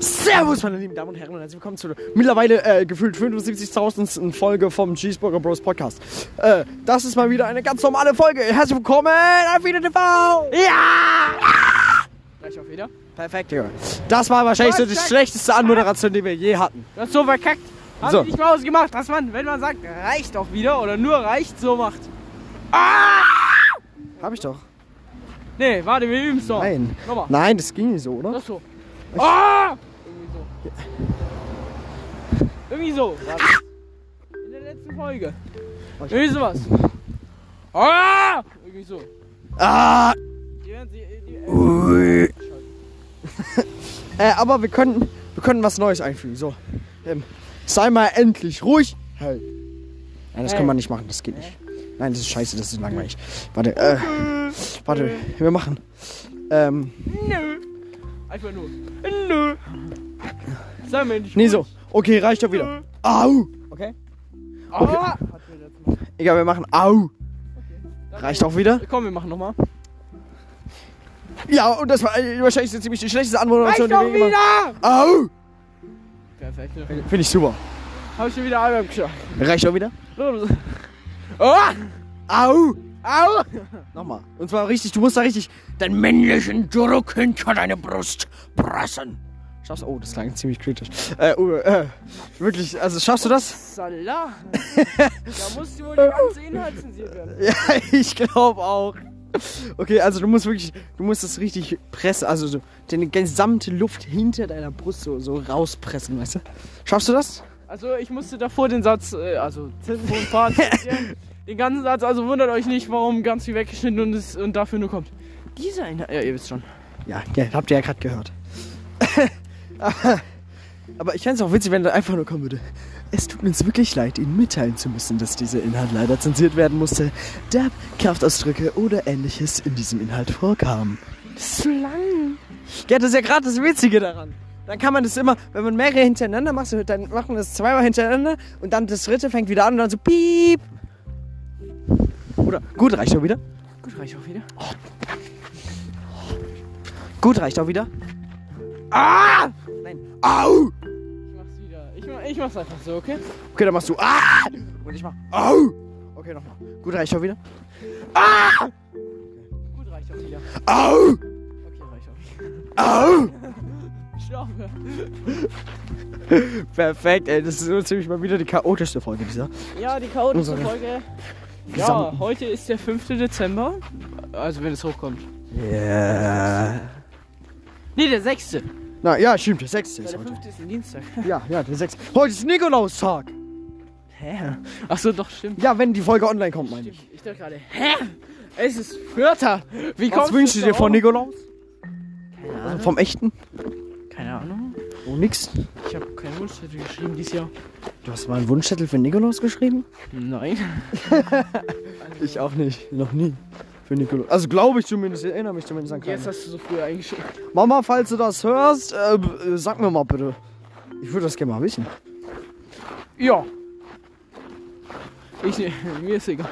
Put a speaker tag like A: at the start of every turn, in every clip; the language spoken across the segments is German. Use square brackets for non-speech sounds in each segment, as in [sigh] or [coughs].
A: Servus, meine lieben Damen und Herren, und herzlich willkommen zu mittlerweile äh, gefühlt 75.000. Folge vom Cheeseburger Bros Podcast. Äh, das ist mal wieder eine ganz normale Folge. Herzlich willkommen auf wieder TV! Ja!
B: Gleich auf wieder.
A: Perfekt, Junge. Das war wahrscheinlich so die schlechteste Anmoderation, die wir je hatten.
B: Du hast so verkackt. Haben
A: So.
B: so. nicht mal ausgemacht, dass man, wenn man sagt, reicht auch wieder oder nur reicht, so macht.
A: Hab ich doch.
B: Nee, warte, wir üben's doch.
A: Nein.
B: Nochmal.
A: Nein, das ging nicht so, oder?
B: Das so. Ah! Irgendwie so. Irgendwie so. Warte. In der letzten Folge.
A: Oh, ich-
B: Irgendwie sowas. Ah! Irgendwie so.
A: Ah!
B: Die werden sie. Die, äh,
A: Ui. äh, aber wir können, wir können was Neues einfügen. So. Ähm, sei mal endlich ruhig. Hey. Nein, das
B: Hey.
A: kann man nicht machen, das geht nicht. Nein, das ist scheiße, das ist langweilig. Warte, äh, warte, wir machen. Ähm,
B: nö. Einfach nur. Nö. Sei mir nicht.
A: nee, so. Okay, reicht doch wieder. Au! Okay?
B: Ah! Hat mir letztes Mal-
A: Egal, wir machen Au. Reicht auch wieder?
B: Komm, wir machen nochmal.
A: Ja, und das war äh, wahrscheinlich so ziemlich die schlechteste Anmoderation, die wir je gemacht
B: wieder!
A: Au!
B: Perfekt.
A: Finde ich super.
B: Hab ich schon wieder Album geschafft.
A: Reicht auch wieder?
B: Los. Ah!
A: Au!
B: Au!
A: Nochmal. Und zwar richtig, du musst da richtig deinen männlichen Druck hinter deine Brust pressen. Schaffst du? Oh, das klang ziemlich kritisch. Äh, Uwe, äh, wirklich, also schaffst du das? [laughs]
B: [laughs] Salah! da muss wohl der ganze Inhalt zensiert werden.
A: Ja, ich glaube auch. Okay, also du musst wirklich, du musst das richtig pressen, also so, deine gesamte Luft hinter deiner Brust so, so rauspressen, weißt du? Schaffst du das?
B: Also ich musste davor den Satz, äh, also Zinsbund, Part, [laughs] zensieren. den ganzen Satz, also wundert euch nicht, warum ganz viel weggeschnitten und, es, und dafür nur kommt. Dieser Inhalt, ja ihr wisst schon.
A: Ja, ja habt ihr ja gerade gehört. [laughs] Aber ich fände es auch witzig, wenn da einfach nur kommen würde. Es tut uns wirklich leid, Ihnen mitteilen zu müssen, dass dieser Inhalt leider zensiert werden musste, da Kraftausdrücke oder ähnliches in diesem Inhalt vorkamen. Das ist zu lang. Ja, das ist ja gerade das Witzige daran. Dann kann man das immer, wenn man mehrere hintereinander macht, so, dann macht man das zweimal hintereinander und dann das dritte fängt wieder an und dann so piep. Oder gut, reicht auch wieder.
B: Gut, reicht auch wieder.
A: Gut, reicht auch wieder.
B: Ah!
A: Nein. Au!
B: Ich mach's wieder. Ich, mach, ich mach's einfach so, okay?
A: Okay, dann machst du. Ah! Und ich mach. Au! Okay, nochmal. Gut, reicht schon wieder.
B: Gut, reicht auch wieder.
A: Au!
B: Okay, reicht auch wieder.
A: Au!
B: Schlafe.
A: Perfekt, ey. Das ist so ziemlich mal wieder die chaotischste Folge dieser.
B: Ja, die chaotische
A: Unsere
B: Folge. Ja,
A: gesamten-
B: heute ist der 5. Dezember. Also wenn es hochkommt.
A: Yeah.
B: Nee, der 6. Weil
A: Na ja, stimmt, der sechste ist
B: der
A: heute.
B: 5. ist ein Dienstag.
A: Ja, ja, der sechste. Heute ist Nikolaustag.
B: Hä? Achso, doch, stimmt.
A: Ja, wenn die Folge online kommt, meine ich.
B: Stimmt, ich dachte gerade, hä? Es ist Vierter. Wie
A: Was
B: kommst
A: wünschst du dir
B: darauf?
A: von Nikolaus? Also vom echten?
B: Keine Ahnung.
A: Oh, nix.
B: Ich habe keinen Wunschzettel geschrieben dieses Jahr.
A: Du hast mal einen Wunschzettel für Nikolaus geschrieben?
B: Nein.
A: Ich auch nicht. Noch nie. Für Nikolaus. Also glaube ich zumindest, ich erinnere mich zumindest an
B: Jetzt
A: keinen.
B: hast du so früh eingeschickt.
A: Mama, falls du das hörst, äh, b- äh, sag mir mal bitte. Ich würde das gerne mal wissen.
B: Ja. Ich, [laughs] mir ist egal.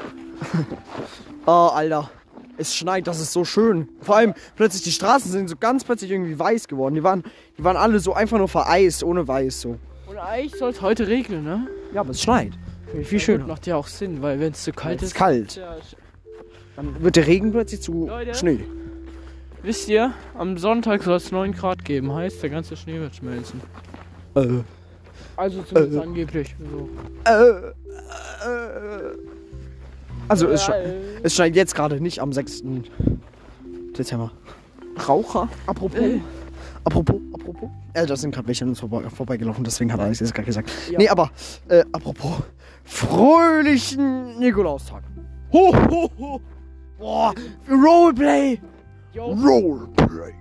A: Oh, Alter. Es schneit, das ist so schön. Vor allem plötzlich die Straßen sind so ganz plötzlich irgendwie weiß geworden. Die waren, die waren alle so einfach nur vereist, ohne weiß so.
B: Und eigentlich soll es heute regnen, ne?
A: Ja, aber es schneit. Finde ich viel
B: Ja, gut,
A: schöner.
B: Macht ja auch Sinn, weil wenn es zu kalt
A: Es
B: ist.
A: ist kalt.
B: Ja,
A: Dann wird der Regen plötzlich zu
B: Leute.
A: Schnee.
B: Wisst ihr, am Sonntag soll es 9 Grad geben, heißt der ganze Schnee wird schmelzen.
A: Äh,
B: Also zumindest
A: Äh.
B: angeblich. So.
A: äh, äh. Also es,
B: Ja,
A: schneit,
B: äh,
A: es schneit jetzt gerade nicht am 6. Dezember.
B: Raucher?
A: Apropos.
B: Äh.
A: Apropos, apropos. Äh, da sind gerade welche an uns vorbei, vorbeigelaufen, deswegen hat Alex jetzt gerade gesagt.
B: Ja.
A: Nee, aber, äh, apropos. Fröhlichen Nikolaustag. Ho, ho, ho. Boah, Roleplay.
B: Yo,
A: Roleplay.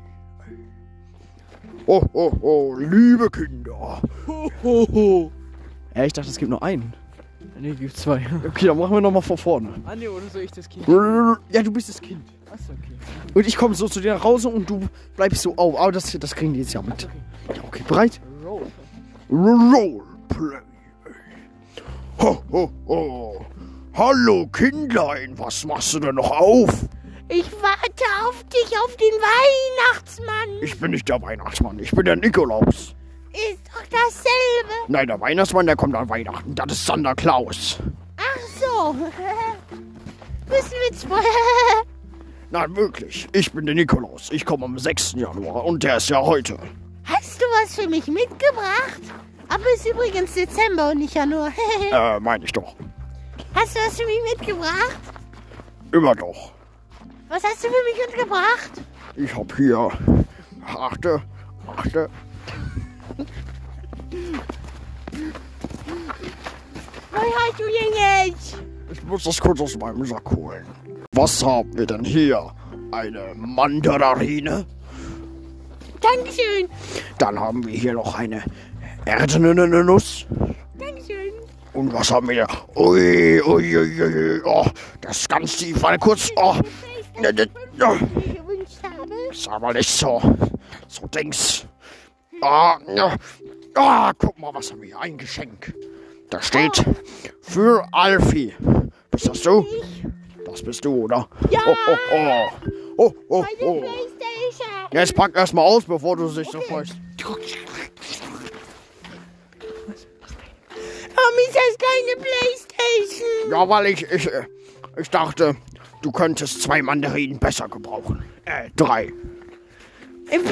A: Oh, oh, oh, liebe Kinder.
B: ho, ho, ho.
A: Ja, ich dachte, es gibt nur einen.
B: Ne, gibt zwei.
A: Okay, dann machen wir nochmal von vorne.
B: Ah ne, oder soll ich das Kind?
A: Ja, du bist das Kind.
B: Achso, okay.
A: Und ich komme so zu dir nach Hause und du bleibst so auf. Aber das, das kriegen die jetzt ja mit. Ja, okay, bereit?
B: Roll.
C: Roleplay. Ho, ho, ho. Hallo Kindlein, was machst du denn noch auf?
D: Ich warte auf dich, auf den Weihnachtsmann.
A: Ich bin nicht der Weihnachtsmann, ich bin der Nikolaus.
D: Ist doch dasselbe.
A: Nein, der Weihnachtsmann, der kommt an Weihnachten. Das ist Sander Klaus.
D: Ach so. [laughs] Müssen wir zwei.
A: Nein, wirklich. Ich bin der Nikolaus. Ich komme am 6. Januar und der ist ja heute.
D: [laughs] Hast du was für mich mitgebracht? Aber es ist übrigens Dezember und nicht Januar. [laughs]
A: Äh, meine ich doch.
D: Hast du was für mich mitgebracht?
A: Immer doch.
D: Was hast du für mich mitgebracht?
A: Ich hab hier. Achte, achte.
D: Woher hast du denn jetzt?
A: Ich muss das kurz aus meinem Sack holen. Was haben wir denn hier? Eine Mandarine?
D: Dankeschön.
A: Dann haben wir hier noch eine Erdnuss.
D: Dankeschön.
A: Und was haben wir hier? Ui, ui, ui, ui. Oh, das ganz tief, warte kurz. Oh, ne, ne, ne.
D: Die ich gewünscht habe.
A: Sag mal nicht so. So Dings. Ah, ja. ah, guck mal, was haben wir hier? Ein Geschenk. Da steht für Alfie. Bist das du? Das bist du, oder?
D: Ja.
A: Oh, oh, oh. Oh, oh,
D: Meine
A: oh.
D: Playstation.
A: Jetzt pack erst mal aus, bevor du dich so freust.
D: Warum ist das keine Playstation?
A: Ja, weil ich, ich, äh, ich dachte, du könntest zwei Mandarinen besser gebrauchen. Äh, drei.
D: Ich bin auf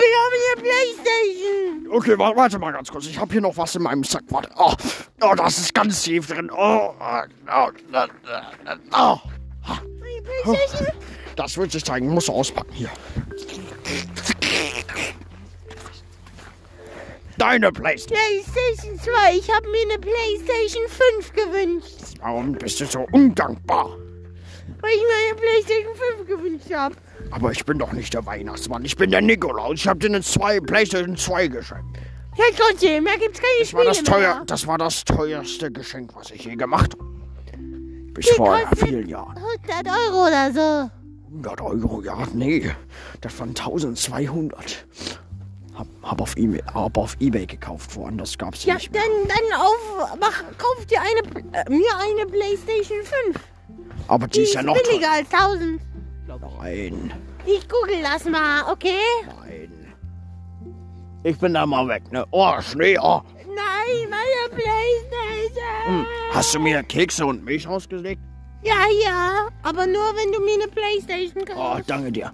D: der Playstation.
A: Okay, warte, warte mal ganz kurz. Ich habe hier noch was in meinem Sack. Warte. Oh, oh das ist ganz tief drin. Oh, oh, oh, oh, oh.
D: Die Playstation?
A: Das wird sich zeigen. Muss auspacken hier. Deine Playstation.
D: Playstation 2. Ich habe mir eine Playstation 5 gewünscht.
A: Warum bist du so undankbar?
D: Weil ich mir eine Playstation 5 gewünscht habe.
A: Aber ich bin doch nicht der Weihnachtsmann. Ich bin der Nikolaus. Ich habe dir eine zwei Playstation 2 geschenkt.
D: Ja, trotzdem. Da gibt's keine
A: Das war
D: Spiele
A: das, teuer,
D: mehr.
A: das war das teuerste Geschenk, was ich je gemacht habe. Bis
D: Die
A: vor
D: kostet-
A: vielen Jahren.
D: 100 Euro oder so.
A: 100 Euro, ja, nee. Das waren 1200. Hab, hab, auf, eBay, hab auf Ebay gekauft. Woanders gab's die
D: Ja,
A: nicht mehr.
D: dann, dann auf, mach, kauf dir eine, äh, mir eine Playstation 5.
A: Aber die,
D: Die
A: ist
D: ist
A: ja noch
D: billiger als 1000.
A: teurer. Nein.
D: Ich google das mal, okay?
A: Nein. Ich bin da mal weg, ne? Oh, Schnee, oh.
D: Nein, meine Playstation.
A: Hast du mir Kekse und Milch ausgelegt?
D: Ja, ja, aber nur wenn du mir eine Playstation
A: Oh,
D: kaufst.
A: danke dir.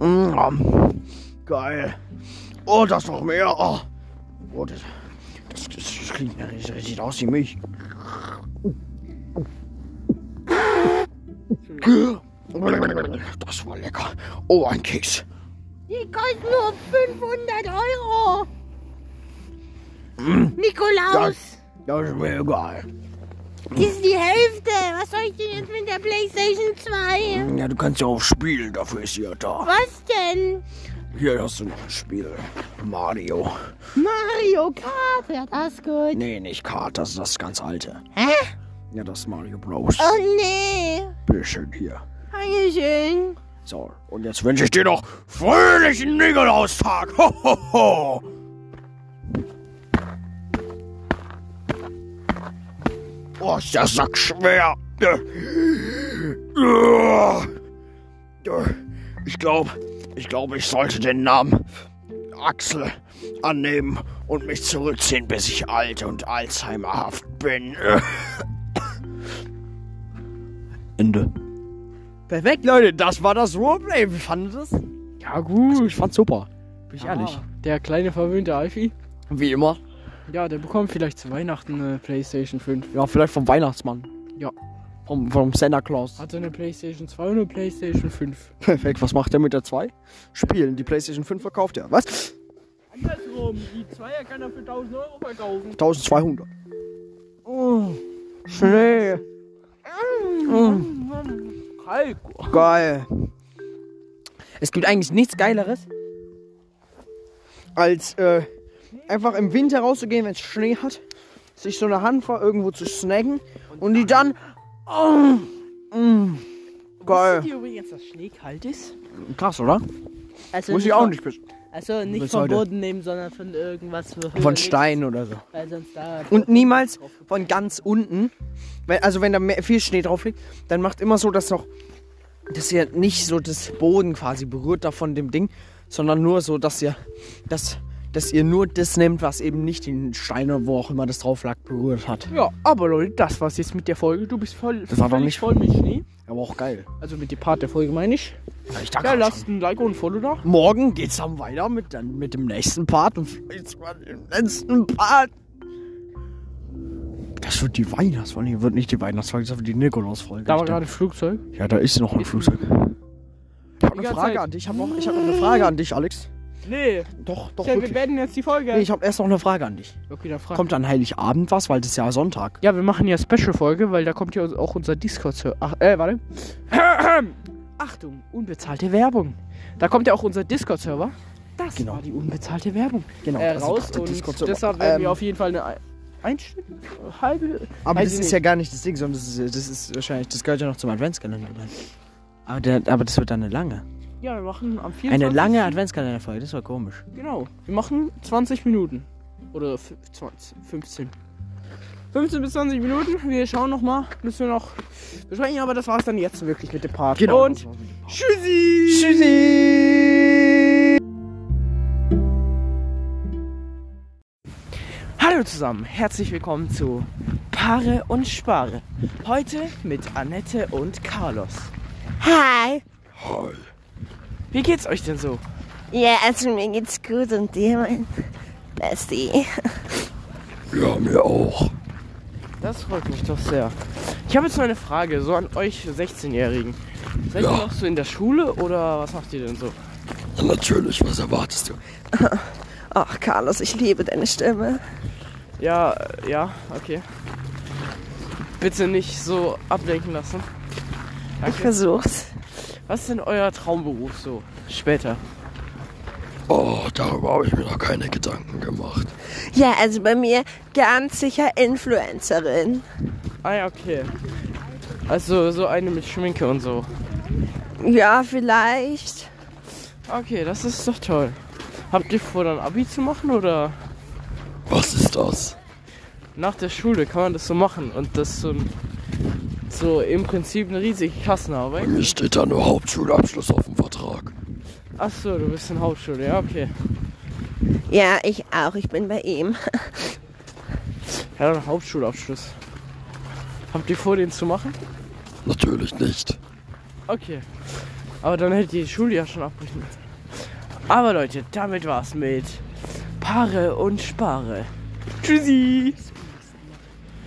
A: Mm, geil. Oh, das noch mehr. Oh, oh das, das, das, klingt, das sieht aus wie Milch. Das war lecker. Oh, ein Keks.
D: Die kostet nur 500 Euro. Nikolaus,
A: Das ist mir egal.
D: das ist die Hälfte. Was soll ich denn jetzt mit der Playstation 2?
A: Ja, du kannst ja auch spielen, dafür ist sie ja da.
D: Was denn?
A: Hier hast du noch ein Spiel. Mario.
D: Mario Kart, ja, das ist gut.
A: Nee, nicht Kart, das ist das ganz alte.
D: Hä?
A: Ja, das ist Mario Bros.
D: Oh nee.
A: Bitteschön hier.
D: Dankeschön.
A: So, und jetzt wünsche ich dir noch fröhlichen Nikolaustag. Ho, ho, ho. Oh, ist der Sack schwer. Ich glaube, ich glaube, ich sollte den Namen Axel annehmen und mich zurückziehen, bis ich alt und Alzheimerhaft bin. Ende.
E: Perfekt, Leute, das war das Roleplay. Wie fandet ihr das?
B: Ja, gut.
E: Ich fand's super. Bin ich
B: Ja,
E: ehrlich.
B: Der kleine verwöhnte Alfie.
E: Wie immer.
B: Ja, der bekommt vielleicht zu Weihnachten eine Playstation 5.
E: Ja, vielleicht vom Weihnachtsmann.
B: Ja.
E: Vom, vom Santa Claus.
B: Hat er eine Playstation 2 und eine Playstation 5?
E: Perfekt, was macht er mit der 2? Spielen. Die PlayStation 5 verkauft er. Was?
B: Andersrum, die 2er kann er für 1000 Euro verkaufen.
E: 1200.
B: Oh,
E: Schnee.
B: Kalk.
E: Mm. Geil. Es gibt eigentlich nichts Geileres, als äh, einfach im Winter rauszugehen, wenn es Schnee hat, sich so eine Handvoll irgendwo zu snacken und die dann. Oh, mm, geil.
F: Wisst ihr übrigens, dass Schnee kalt ist?
E: Krass, oder?
F: Also
E: Muss ich auch
F: vom-
E: nicht bis-
F: Also nicht
E: Bis
F: vom
E: heute.
F: Boden nehmen, sondern von irgendwas. wo höher
E: Von
F: liegt,
E: Stein oder so.
F: Weil sonst da
E: Und niemals von ganz unten. Weil- Also wenn da mehr- viel Schnee drauf liegt, dann macht immer so, dass noch
A: dass ihr nicht so das Boden quasi berührt davon dem Ding, sondern nur so, dass ihr, dass, dass ihr nur das nehmt, was eben nicht den Stein oder wo auch immer das drauf lag, berührt hat.
B: Ja, aber Leute, das war's jetzt mit der Folge. Du bist voll,
A: Das war doch
B: völlig
A: nicht-
B: voll mit Schnee.
A: Aber auch geil.
B: Also mit dem Part der Folge meine ich.
A: Ja, ich
B: Ja,
A: danke euch.
B: lasst ein Like und ein Follow da.
A: Morgen geht's dann weiter mit, dann mit dem nächsten Part und vielleicht mal dem letzten Part. Das wird die Weihnachtsfolge. Nee, wird nicht die Weihnachtsfolge, das wird die Nikolausfolge.
B: Da war
A: Ich denk-
B: gerade ein Flugzeug.
A: Ja, da ist noch ein Flugzeug. Ich habe
B: Die
A: eine
B: ganze
A: Frage
B: Zeit.
A: an dich. Ich habe noch, ich hab noch eine Frage an dich, Alex.
B: Nee,
A: Doch, doch.
B: ja, wir
A: wirklich.
B: werden jetzt die Folge.
A: Nee, ich habe erst noch eine Frage an dich.
B: okay, dann frag.
A: Kommt an Heiligabend was, weil das ist ja Sonntag.
B: Ja, wir machen ja Special-Folge, weil da kommt ja auch unser Discord-Server. Ach, äh, warte. [clears throat] Achtung, unbezahlte Werbung. Da kommt ja auch unser Discord-Server. Das
A: Genau.
B: war die unbezahlte Werbung.
A: Genau.
B: äh,
A: das ist
B: raus
A: der
B: und
A: Discord-Server.
B: deshalb werden wir
A: Ähm,
B: auf jeden Fall eine ein- Einstellung, äh, halbe.
A: Aber
B: weiß
A: das
B: ich
A: ist ja gar nicht das Ding, sondern das ist, das ist wahrscheinlich, das gehört ja noch zum Adventskalender. dann. Aber, der, aber das wird dann eine lange.
B: Ja, wir machen am 24.
A: Eine lange Adventskalenderfolge, das war komisch.
B: Genau. Wir machen 20 Minuten. Oder f- 20, 15. 15 bis 20 Minuten. Wir schauen nochmal. Müssen wir noch besprechen, aber das war's dann jetzt wirklich mit dem Part.
A: Genau.
B: Und tschüssi! Hallo zusammen, herzlich willkommen zu Paare und Spare. Heute mit Annette und Carlos.
D: Hi.
B: Wie geht's euch denn so?
D: Ja, also mir geht's gut und dir, mein Bestie.
C: Ja, mir auch.
B: Das freut mich doch sehr. Ich habe jetzt mal eine Frage, so an euch 16-Jährigen. Seid ihr
C: Ja.
B: noch so in der Schule oder was macht ihr denn so?
C: Ja, natürlich, was erwartest du?
G: Ach, Carlos, ich liebe deine Stimme.
B: Ja, äh, ja, okay. Bitte nicht so ablenken lassen.
G: Ich versuch's.
B: Was ist denn euer Traumberuf so später?
C: Oh, darüber habe ich mir noch keine Gedanken gemacht.
G: Ja, also bei mir ganz sicher Influencerin.
B: Ah ja, okay. Also so eine mit Schminke und so.
G: Ja, vielleicht.
B: Okay, das ist doch toll. Habt ihr vor, dann Abi zu machen oder
C: Was ist das?
B: nach der Schule kann man das so machen und das so, ein- so im Prinzip eine riesige Klassenarbeit?
C: Mir steht da nur Hauptschulabschluss auf dem Vertrag.
B: Achso, du bist in Hauptschule, ja, okay.
G: Ja, ich auch. Ich bin bei ihm.
B: Ja, dann Hauptschulabschluss. Habt ihr vor, den zu machen?
C: Natürlich nicht.
B: Okay. Aber dann hätte die Schule ja schon abbrechen müssen. Aber Leute, damit war's mit Paare und Spare. Tschüssi!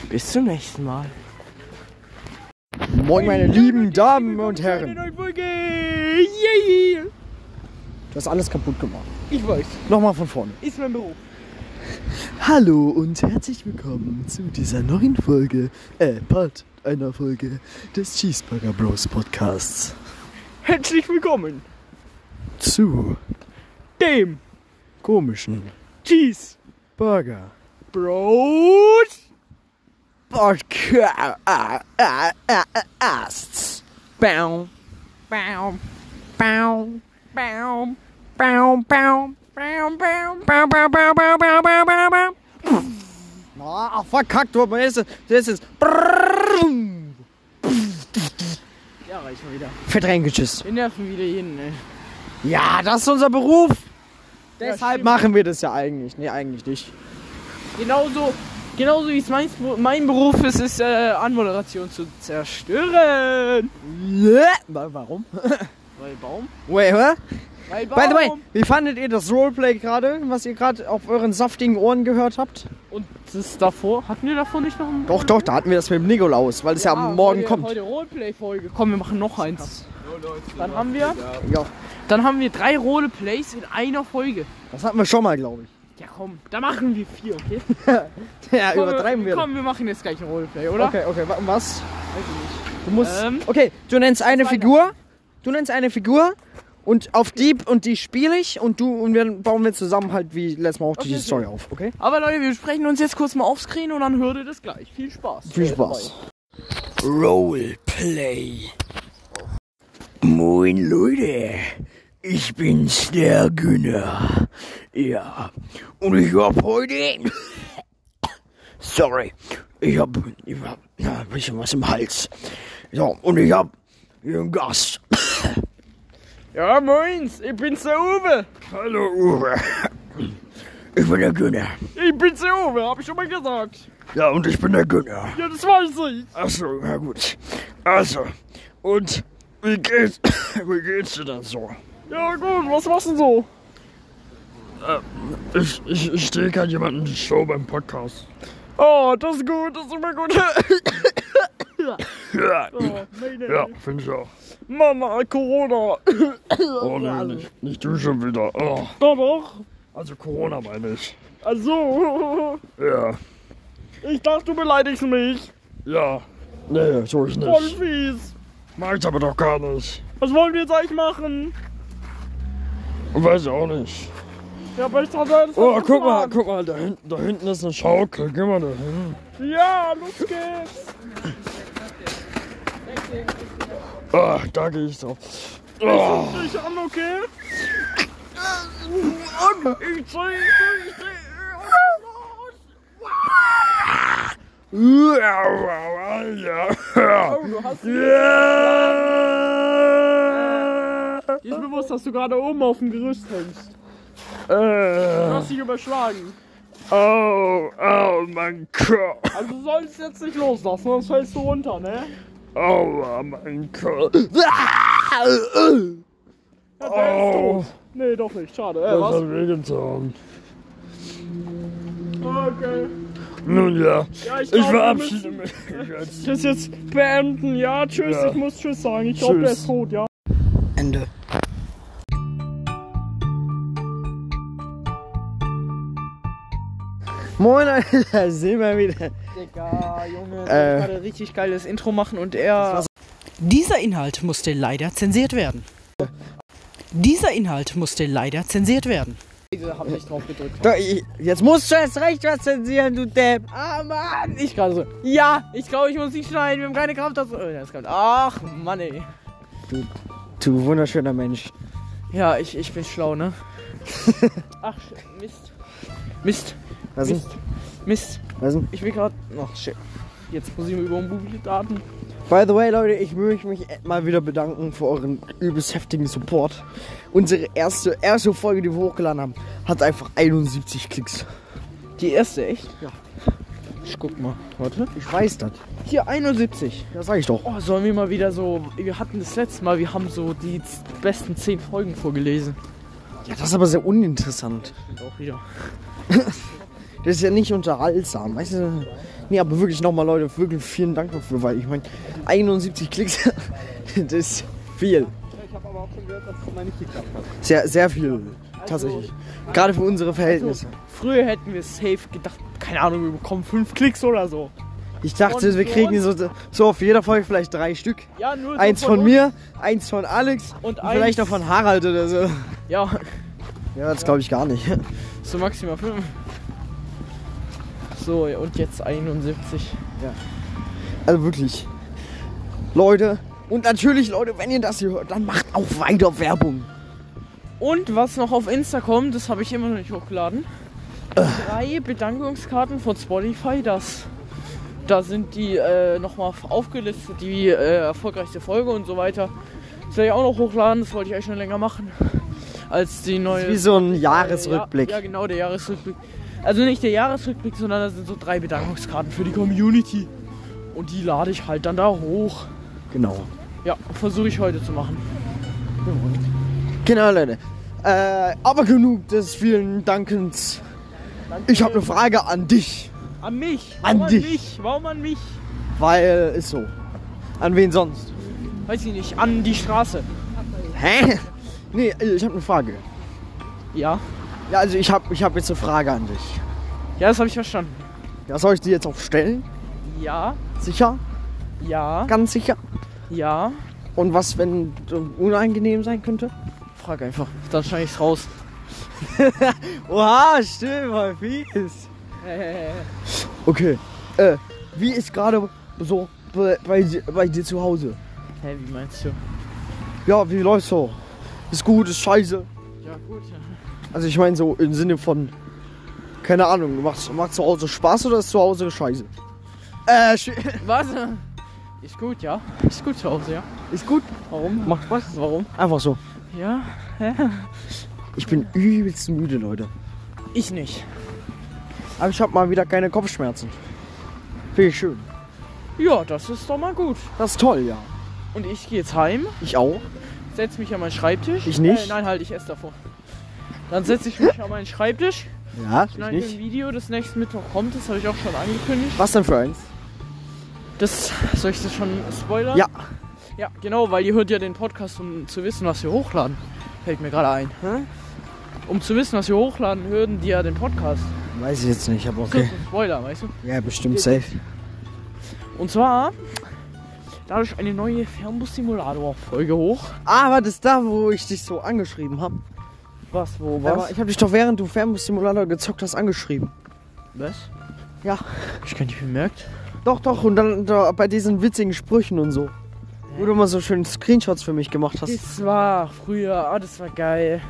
B: Bis zum nächsten Mal.
A: Moin, meine lieben Damen und Herren.
B: Yay!
A: Du hast alles kaputt gemacht.
B: Ich weiß,
A: Nochmal von vorne.
B: ist mein Beruf.
A: Hallo und herzlich willkommen zu dieser neuen Folge, äh, Part einer Folge des Cheeseburger Bros Podcasts.
B: Herzlich willkommen,
A: Zu
B: dem
A: komischen
B: Cheese
A: Burger
B: Bros.
A: Podcasts. Bam.
D: Bam, bam, bam, bam, bam, bam, bam, bam, bam, bam, bam, bam, bam, bam, bam.
A: Ah, verkackt, du das ist, das ist.
B: Ja, reicht mal wieder.
A: Verdrängendes.
B: Wir nerven wieder jeden, ey.
A: Ja, das ist unser Beruf. Deshalb
B: stimmt.
A: machen wir das ja eigentlich. Nee, eigentlich nicht.
B: Genauso, genauso wie es mein, mein Beruf ist, ist äh, Anmoderation zu zerstören.
A: Nö. Wa- Warum? [laughs]
B: Weil Baum?
A: Wait, hä?
B: Weil Baum.
A: By the way, wie fandet ihr das Roleplay gerade, was ihr gerade auf euren saftigen Ohren gehört habt?
B: Und das davor? Hatten wir davor nicht noch einen? Ah,
A: Doch, doch, da hatten wir das mit dem Nikolaus, weil es ja, am Morgen
B: heute,
A: kommt.
B: Heute Roleplay-Folge. Komm, wir machen noch eins. Dann haben wir,
A: Ja,
B: dann haben wir drei Roleplays in einer Folge.
A: das hatten wir schon mal, glaube ich.
B: Ja komm, da machen wir vier, okay?
A: Ja,
B: Komm,
A: übertreiben wir.
B: Komm, wir machen jetzt gleich ein Roleplay, oder?
A: Okay, okay, wa- was? Du musst.
B: Ähm,
A: okay, du nennst eine
B: Weihnachten.
A: Figur. Du nennst eine Figur. Und auf die und die spiele ich und du und dann bauen wir zusammen halt wie letztes Mal auch die
B: okay.
A: Story auf, okay?
B: Aber Leute, wir sprechen uns jetzt kurz mal aufs Screen und dann hört ihr das gleich. Viel Spaß.
A: Viel Spaß.
C: Roleplay. Moin Leute, ich bin's der Günner. Ja, und ich hab heute. [coughs] Sorry, ich hab, ich hab ja, ein bisschen was im Hals. So, und ich hab Ihren Gast.
F: Ja, moins, ich bin's der Uwe.
C: Hallo Uwe. Ich bin der Günner.
F: Ich bin's der Uwe, hab ich schon mal gesagt.
C: Ja, und ich bin der Günner.
F: Ja, das weiß ich.
C: Achso, na gut. Also, und wie geht's, [coughs] wie geht's dir denn so?
F: Ja, gut, was machst du denn so?
C: Äh, Ich, ich, ich stehe gerade jemanden Show beim Podcast.
F: Oh, das ist gut, das ist immer gut.
C: Ja,
F: Oh, meine
C: ja finde ich auch.
F: Mama, Corona.
C: Oh nee, nicht, nicht du schon wieder. Oh,
F: Doch, doch.
C: also Corona meine ich.
F: Also,
C: Ja,
F: ich dachte, du beleidigst mich.
C: ja. Nee, so ich
F: Voll
C: nicht.
F: fies.
C: Mag ich aber doch gar nicht.
F: Was wollen wir jetzt eigentlich machen?
C: Weiß auch nicht.
F: Ja, aber ich dachte, alles
C: Oh,
F: hat
C: guck mal,
F: geplant.
C: guck mal, da hinten, da hinten ist eine Schaukel. Geh mal da hin.
F: Ja, los geht's.
C: Ah, da gehe ich drauf. Oh,
F: Ich an, okay? Und ich zieh, ich zieh.
C: ja, ja, ja. Ja.
F: Dir ist bewusst, dass du gerade oben auf dem Gerüst hängst. Du
C: Äh,
F: hast dich überschlagen.
C: oh, oh mein Kopf.
F: Also du sollst jetzt nicht loslassen, sonst fällst du runter, ne?
C: Oh mein Kopf.
F: Ja, der ist
C: Oh,
F: tot. Nee, doch nicht, schade. Äh,
C: das
F: was?
C: hat wehgetan.
F: Okay.
C: Nun ja,
F: Ja, ich,
C: ich
F: glaub, wir
C: verabschiede
F: müssen
C: mich jetzt.
F: Das jetzt beenden. Ja, tschüss,
C: Ja.
F: ich muss tschüss sagen. Ich glaube,
C: Tschüss.
F: der ist tot, ja.
A: Ende. Moin, Alter, [laughs] da sind wir wieder.
B: Digga, Junge,
A: Äh.
B: ich gerade richtig geiles Intro machen und er.
H: Dieser Inhalt musste leider zensiert werden. Dieser Inhalt musste leider zensiert werden.
B: Ich hab nicht drauf gedrückt.
A: Doch, ich- Jetzt musst du erst recht was zensieren, du Depp.
B: Ah, Mann! Ich gerade so. Ja, ich glaube, ich muss nicht schneiden. Wir haben keine Kraft dazu. Oh, das kommt. Ach, Mann, ey.
A: Du wunderschöner Mensch.
B: Ja, ich, ich bin schlau, ne? Ach, sch- Mist. Mist,
A: Was denn?
B: Mist.
A: Was denn?
B: Ich bin gerade. Ach, shit. Jetzt muss ich mir über mobile Daten.
A: By the way, Leute, ich möchte mich mal wieder bedanken für euren übelst heftigen Support. Unsere erste, erste Folge, die wir hochgeladen haben, hat einfach 71 Klicks.
B: Die erste, echt? Ja. Ich guck mal. Warte.
A: Ich weiß das.
B: Hier 71.
A: Das sag ich doch.
B: Oh, sollen wir mal wieder so. Wir hatten das letzte Mal, wir haben so die z- besten 10 Folgen vorgelesen.
A: Ja, das ist aber sehr uninteressant.
B: Auch wieder.
A: Das ist ja nicht unterhaltsam, weißt du? Nee, aber wirklich nochmal, Leute, wirklich vielen Dank dafür, weil ich meine, 71 Klicks, [laughs] das ist viel. Ich habe aber auch schon gehört, dass es mal nicht geklappt hat. Sehr, sehr viel,
B: Also,
A: tatsächlich. Gerade für unsere Verhältnisse.
B: Früher hätten wir safe gedacht, keine Ahnung, wir bekommen 5 Klicks oder so.
A: Ich dachte,
B: Und
A: wir
B: für
A: kriegen so, so auf jeder Folge vielleicht drei Stück.
B: Ja, nur so
A: Eins von
B: uns
A: mir, eins von Alex
B: und
A: und vielleicht
B: eins-
A: noch von Harald oder so.
B: Ja,
F: [laughs]
A: Ja, das glaube ich gar nicht.
B: so maximal 5. So, und jetzt 71.
A: Also wirklich. Leute, und natürlich, Leute, wenn ihr das hier hört, dann macht auch weiter Werbung.
B: Und was noch auf Insta kommt, das habe ich immer noch nicht hochgeladen. Drei Bedankungskarten von Spotify, das. Da sind die äh, nochmal aufgelistet, die äh, erfolgreichste Folge und so weiter. Das werde ich auch noch hochladen, das wollte ich eigentlich schon länger machen. Als die neue.
A: Das ist wie so ein Jahresrückblick.
B: Ja, ja, genau, der Jahresrückblick. Also nicht der Jahresrückblick, sondern da sind so drei Bedankungskarten für die Community. Und die lade ich halt dann da hoch.
A: Genau.
B: Ja, versuche ich heute zu machen.
A: Genau, Leute. Äh, aber genug des vielen Dankens. Ich habe eine Frage an dich,
B: An mich!
A: An
B: Warum
A: dich.
B: An mich? Warum an mich?
A: weil ist so. An wen sonst?
B: Weiß ich nicht, an die Straße.
A: Hä? Nee, ich habe eine Frage.
B: Ja.
A: Ja, also ich habe ich hab jetzt eine Frage an dich.
B: Ja, das habe ich verstanden.
A: Ja, soll ich die jetzt auch stellen?
B: Ja,
A: Sicher?
B: ja,
A: Ganz sicher?
B: ja.
A: Und was, wenn äh, unangenehm sein könnte?
B: Frag einfach, dann schneide ich's raus.
A: [laughs] Oha, stimmt, voll
B: [laughs]
A: fies. Okay, äh, wie ist gerade so bei, bei, dir- bei dir zu Hause?
B: Hä, wie meinst du?
A: Ja, wie läuft's so? Ist gut, ist scheiße.
B: Ja, gut.
A: Also ich meine so im Sinne von, keine Ahnung, macht, macht zu Hause Spaß oder ist zu Hause scheiße? Äh, sch- [laughs]
B: Was?
F: Ist gut, ja. Ist gut zu Hause, ja.
A: Ist gut.
F: Warum?
A: Macht Spaß.
F: Warum?
A: Einfach so.
F: Ja.
A: Ich bin übelst müde, Leute.
F: Ich nicht.
A: Aber ich habe mal wieder keine Kopfschmerzen. Finde ich schön.
F: Ja, das ist doch mal gut.
A: Das ist toll, ja.
F: Und ich gehe jetzt heim,
A: Ich auch.
F: setz mich an meinen Schreibtisch.
A: Ich nicht.
F: Äh, nein, halt, ich esse davor. Dann setze ich mich an meinen Schreibtisch,
A: Ja, ich
F: schneide ein
A: nicht.
F: Video, das nächsten Mittwoch kommt, das habe ich auch schon angekündigt.
A: Was denn für eins?
F: Das soll ich das schon spoilern?
A: Ja.
F: Ja, genau, weil ihr hört ja den Podcast, um zu wissen, was wir hochladen. Fällt mir gerade ein. Um zu wissen, was wir hochladen, hören die ja den Podcast.
A: Weiß ich jetzt nicht, aber
F: So,
A: okay. [laughs]
F: so ein Spoiler, weißt du?
A: Ja, bestimmt safe.
F: Und zwar dadurch eine neue Fernbus-Simulator-Folge hoch.
A: Ah, war das da, wo ich dich so angeschrieben habe?
F: Was, wo,
A: Aber
F: was?
A: ich habe dich doch während du Fernbus-Simulator gezockt hast angeschrieben.
F: Was?
A: Ja.
F: Ich kann nicht bemerkt.
A: Doch, doch. Und dann da, bei diesen witzigen Sprüchen und so. Wo du mal so schöne Screenshots für mich gemacht hast.
F: Das war früher, ah, das war geil.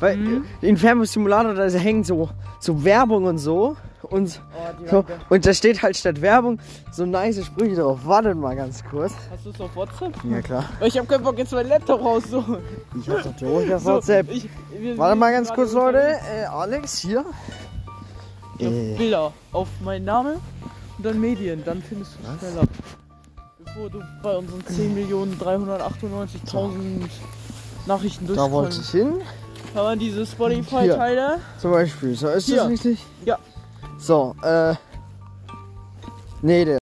A: Weil
F: Mhm.
A: äh, in Fernbus Simulator, da hängen so, so Werbung und so. Und, so, und da steht halt statt Werbung so nice Sprüche drauf. Wartet mal ganz kurz.
F: Hast du es auf WhatsApp?
A: Ja, klar.
F: Ich hab keinen Bock, jetzt mein Laptop rauszuholen.
A: Ich hab's doch durch auf WhatsApp.
F: Ich, wir- wir
A: Warte mal
F: sind
A: ganz
F: gerade
A: kurz, Leute.
F: unterwegs.
A: Äh, Alex, hier.
F: Ich hab
A: Äh.
F: Bilder auf meinen Namen und dann Medien, dann findest du es schneller. Bevor du bei unseren 10.398.000 Nachrichten
A: Da wollte
F: durchkommst.
A: ich hin.
F: Kann man diese
A: Hier.
F: Spotify-Teile?
A: Zum Beispiel. So, ist
F: Hier.
A: das richtig?
F: Ja.
A: So, äh. Nee, der.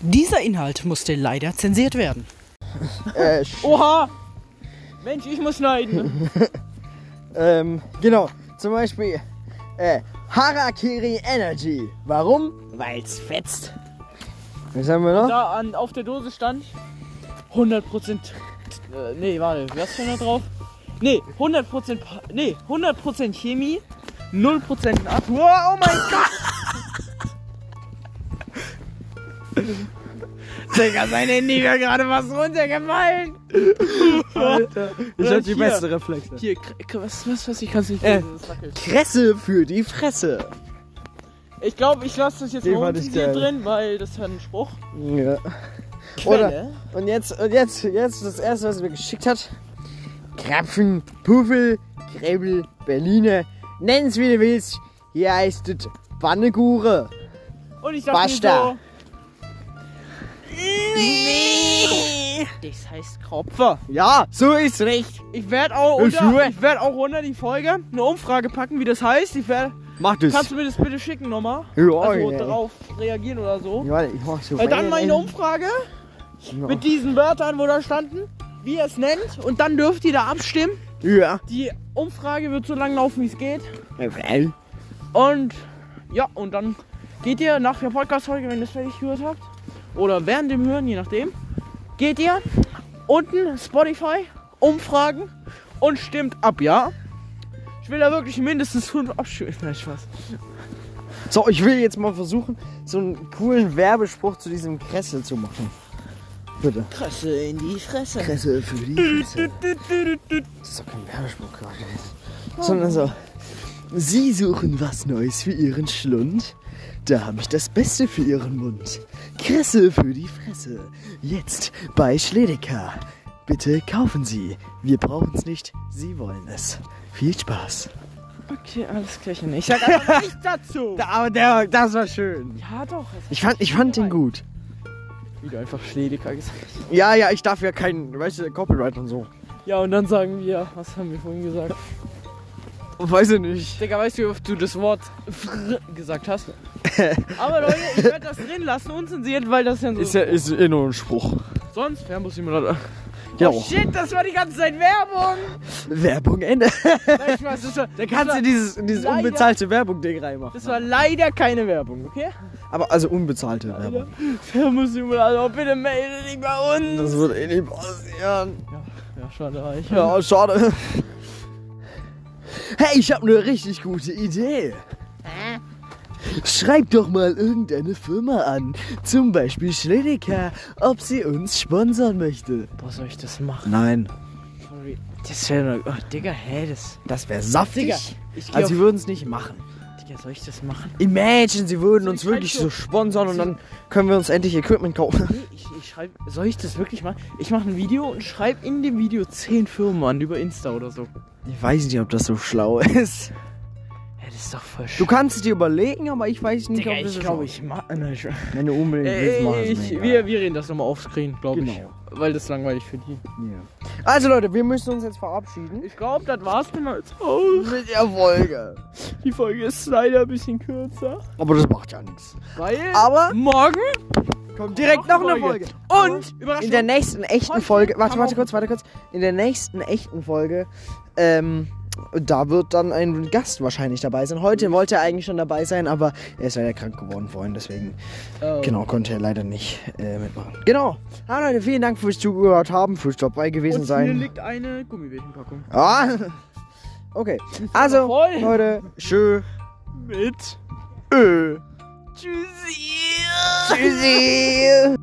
I: Dieser Inhalt musste leider zensiert werden.
A: Äh, sch-
F: Oha! Mensch, ich muss schneiden.
A: ähm, genau. Zum Beispiel. Äh, Harakiri Energy. Warum? Weil's fetzt. Was haben wir noch?
F: [laughs] da an, auf der Dose stand 100%. Äh, nee, warte, was stand da drauf? Nee, 100% Pa- nee, 100% Chemie, 0% Natur. Wow, oh mein
B: Digga, sein Handy wäre gerade was
A: [laughs]
B: runtergefallen.
A: Ich
F: Oder
A: hab die
F: hier.
A: besten Reflexe.
F: Hier, kr- was, was, was, ich kann's nicht
A: Äh.
F: lesen, das wackelt.
A: Kresse für die Fresse.
F: Ich glaube, ich lasse das jetzt
A: Den
F: mal
A: fand ich
F: unzensiert
A: geil.
F: drin, weil das ist ja ein Spruch.
A: Ja. Oder, und jetzt, und jetzt, jetzt das erste, was er mir geschickt hat. Krapfen, Puffel, Gräbel, Berliner. Nenn's wie du willst. Hier heißt es Pannegure.
F: Und ich dachte
A: Basta.
F: mir so... Nee. Das heißt Kropfer.
A: Ja, so ist recht.
F: Ich werde auch,
A: Ich
F: unter-
A: schwör.
F: ich werd auch unter die Folge eine Umfrage packen, wie das heißt. Ich werd,
A: Mach das.
F: kannst du mir das bitte schicken nochmal?
A: ja,
F: Also
A: ey.
F: drauf reagieren oder so.
A: Ja, warte, ich mach so
F: Weil dann
A: weiter,
F: meine
A: ey.
F: Umfrage
A: Ja.
F: mit diesen Wörtern, wo da standen, wie ihr es nennt. Und dann dürft ihr da abstimmen.
A: Ja.
F: Die Umfrage wird so lang laufen, wie es geht.
A: Äh, Weil-
F: Und ja, und dann geht ihr nach der Podcast-Folge, wenn ihr das fertig gehört habt, oder während dem Hören, je nachdem, geht ihr unten Spotify, Umfragen und stimmt ab, ja? Ich will da wirklich mindestens fünf abstimmen. Nein, Spaß.
A: So, ich will jetzt mal versuchen, so einen coolen Werbespruch zu diesem Kresse zu machen. Bitte.
F: Kresse in die Fresse.
A: Kresse für die Fresse. Das ist doch kein Werbespruch gerade gewesen. Sondern so. Sie suchen was Neues für Ihren Schlund? Da habe ich das Beste für Ihren Mund. Kresse für die Fresse. Jetzt bei Schledeka. Bitte kaufen Sie. Wir brauchen es nicht, Sie wollen es. Viel Spaß.
F: Okay, alles gleich. [laughs] Ich sag einfach nichts dazu.
A: Aber der, das war schön.
F: Ja, doch. es-
A: Ich fand, ich fand den gut.
F: Wieder einfach Schledeker gesagt.
A: Ja, ja, ich darf ja keinen, weißt du, Copyright und so.
F: Ja, und dann sagen wir, was haben wir
B: [laughs]
F: vorhin gesagt?
A: Weiß ich nicht.
F: Digga, weißt du, wie oft du das Wort fr gesagt
B: [laughs]
F: hast? Aber Leute, ich werde das drin lassen, unzensiert, weil das ja so.
A: Ist ja, ist eh nur ein Spruch.
F: Sonst Fernbus-Simulator.
A: Ja.
F: Oh shit, das war die ganze Zeit Werbung!
A: Werbung Ende.
F: Nein, ich weiß, das war,
A: Da kannst du dieses, dieses
F: leider-
A: unbezahlte Werbung-Ding reinmachen.
F: das war leider keine Werbung, okay?
A: Aber also unbezahlte Werbung.
F: Fernbus-Simulator, oh, bitte melde dich bei uns!
A: Das wird eh nicht passieren.
F: Ja, schade, aber ich.
A: Ja, schade. Hey, ich habe eine richtig gute Idee. Schreib doch mal irgendeine Firma an, zum Beispiel Schledeker, ob sie uns sponsern möchte.
B: Boah, soll ich das machen?
A: Nein,
B: Sorry. Das wäre nur. Oh, Digga, hä, das.
A: das wäre saftig.
B: Ich geh
A: Also sie würden es nicht machen.
B: auf, Digga, soll ich das machen?
A: Imagine, sie würden uns
B: ich halt
A: wirklich
B: so-
A: so sponsern und dann können wir uns endlich Equipment kaufen. [laughs]
B: Nee, ich, ich schreib, soll ich das wirklich machen? Ich mache ein Video und schreibe in dem Video 10 Firmen an über Insta oder so.
A: Ich weiß nicht, ob das so schlau ist.
B: Ja, das ist doch voll
A: Du
B: schön.
A: kannst es dir überlegen, aber ich weiß nicht,
B: Digga,
A: ob das
B: ich
A: so
B: glaube,
A: schlau ist.
B: ich mache. Nein, ich,
A: Wenn du unbedingt willst, mach
B: Äh,
A: es
B: ich,
A: mega.
B: wir, wir reden das nochmal offscreen, glaube
A: Genau.
B: ich. Weil das ist langweilig für die.
A: Also Leute, wir müssen uns jetzt verabschieden.
B: Ich glaube, das war's dann jetzt auch.
A: Mit der Folge.
B: Die Folge ist leider ein bisschen kürzer.
C: Aber das macht ja nichts.
B: Weil
A: Aber
B: morgen
A: kommt direkt noch eine Folge.
B: und
A: In
B: Überraschung.
A: der nächsten echten
B: Heute
A: Folge, warte,
B: kann
A: warte
B: man-
A: kurz, warte kurz. In der nächsten echten Folge, ähm, da wird dann ein Gast wahrscheinlich dabei sein. Heute wollte er eigentlich schon dabei sein, aber er ist leider krank geworden vorhin, deswegen,
F: Oh.
A: genau, konnte er leider nicht äh, mitmachen. Genau. Ah, Leute, vielen Dank fürs Zugehört haben, fürs dabei gewesen
F: Und hier
A: sein.
F: liegt eine Gummibärchenpackung.
A: Ah, okay. Also,
F: voll.
A: Leute, tschö.
F: Mit
A: Tschüssi.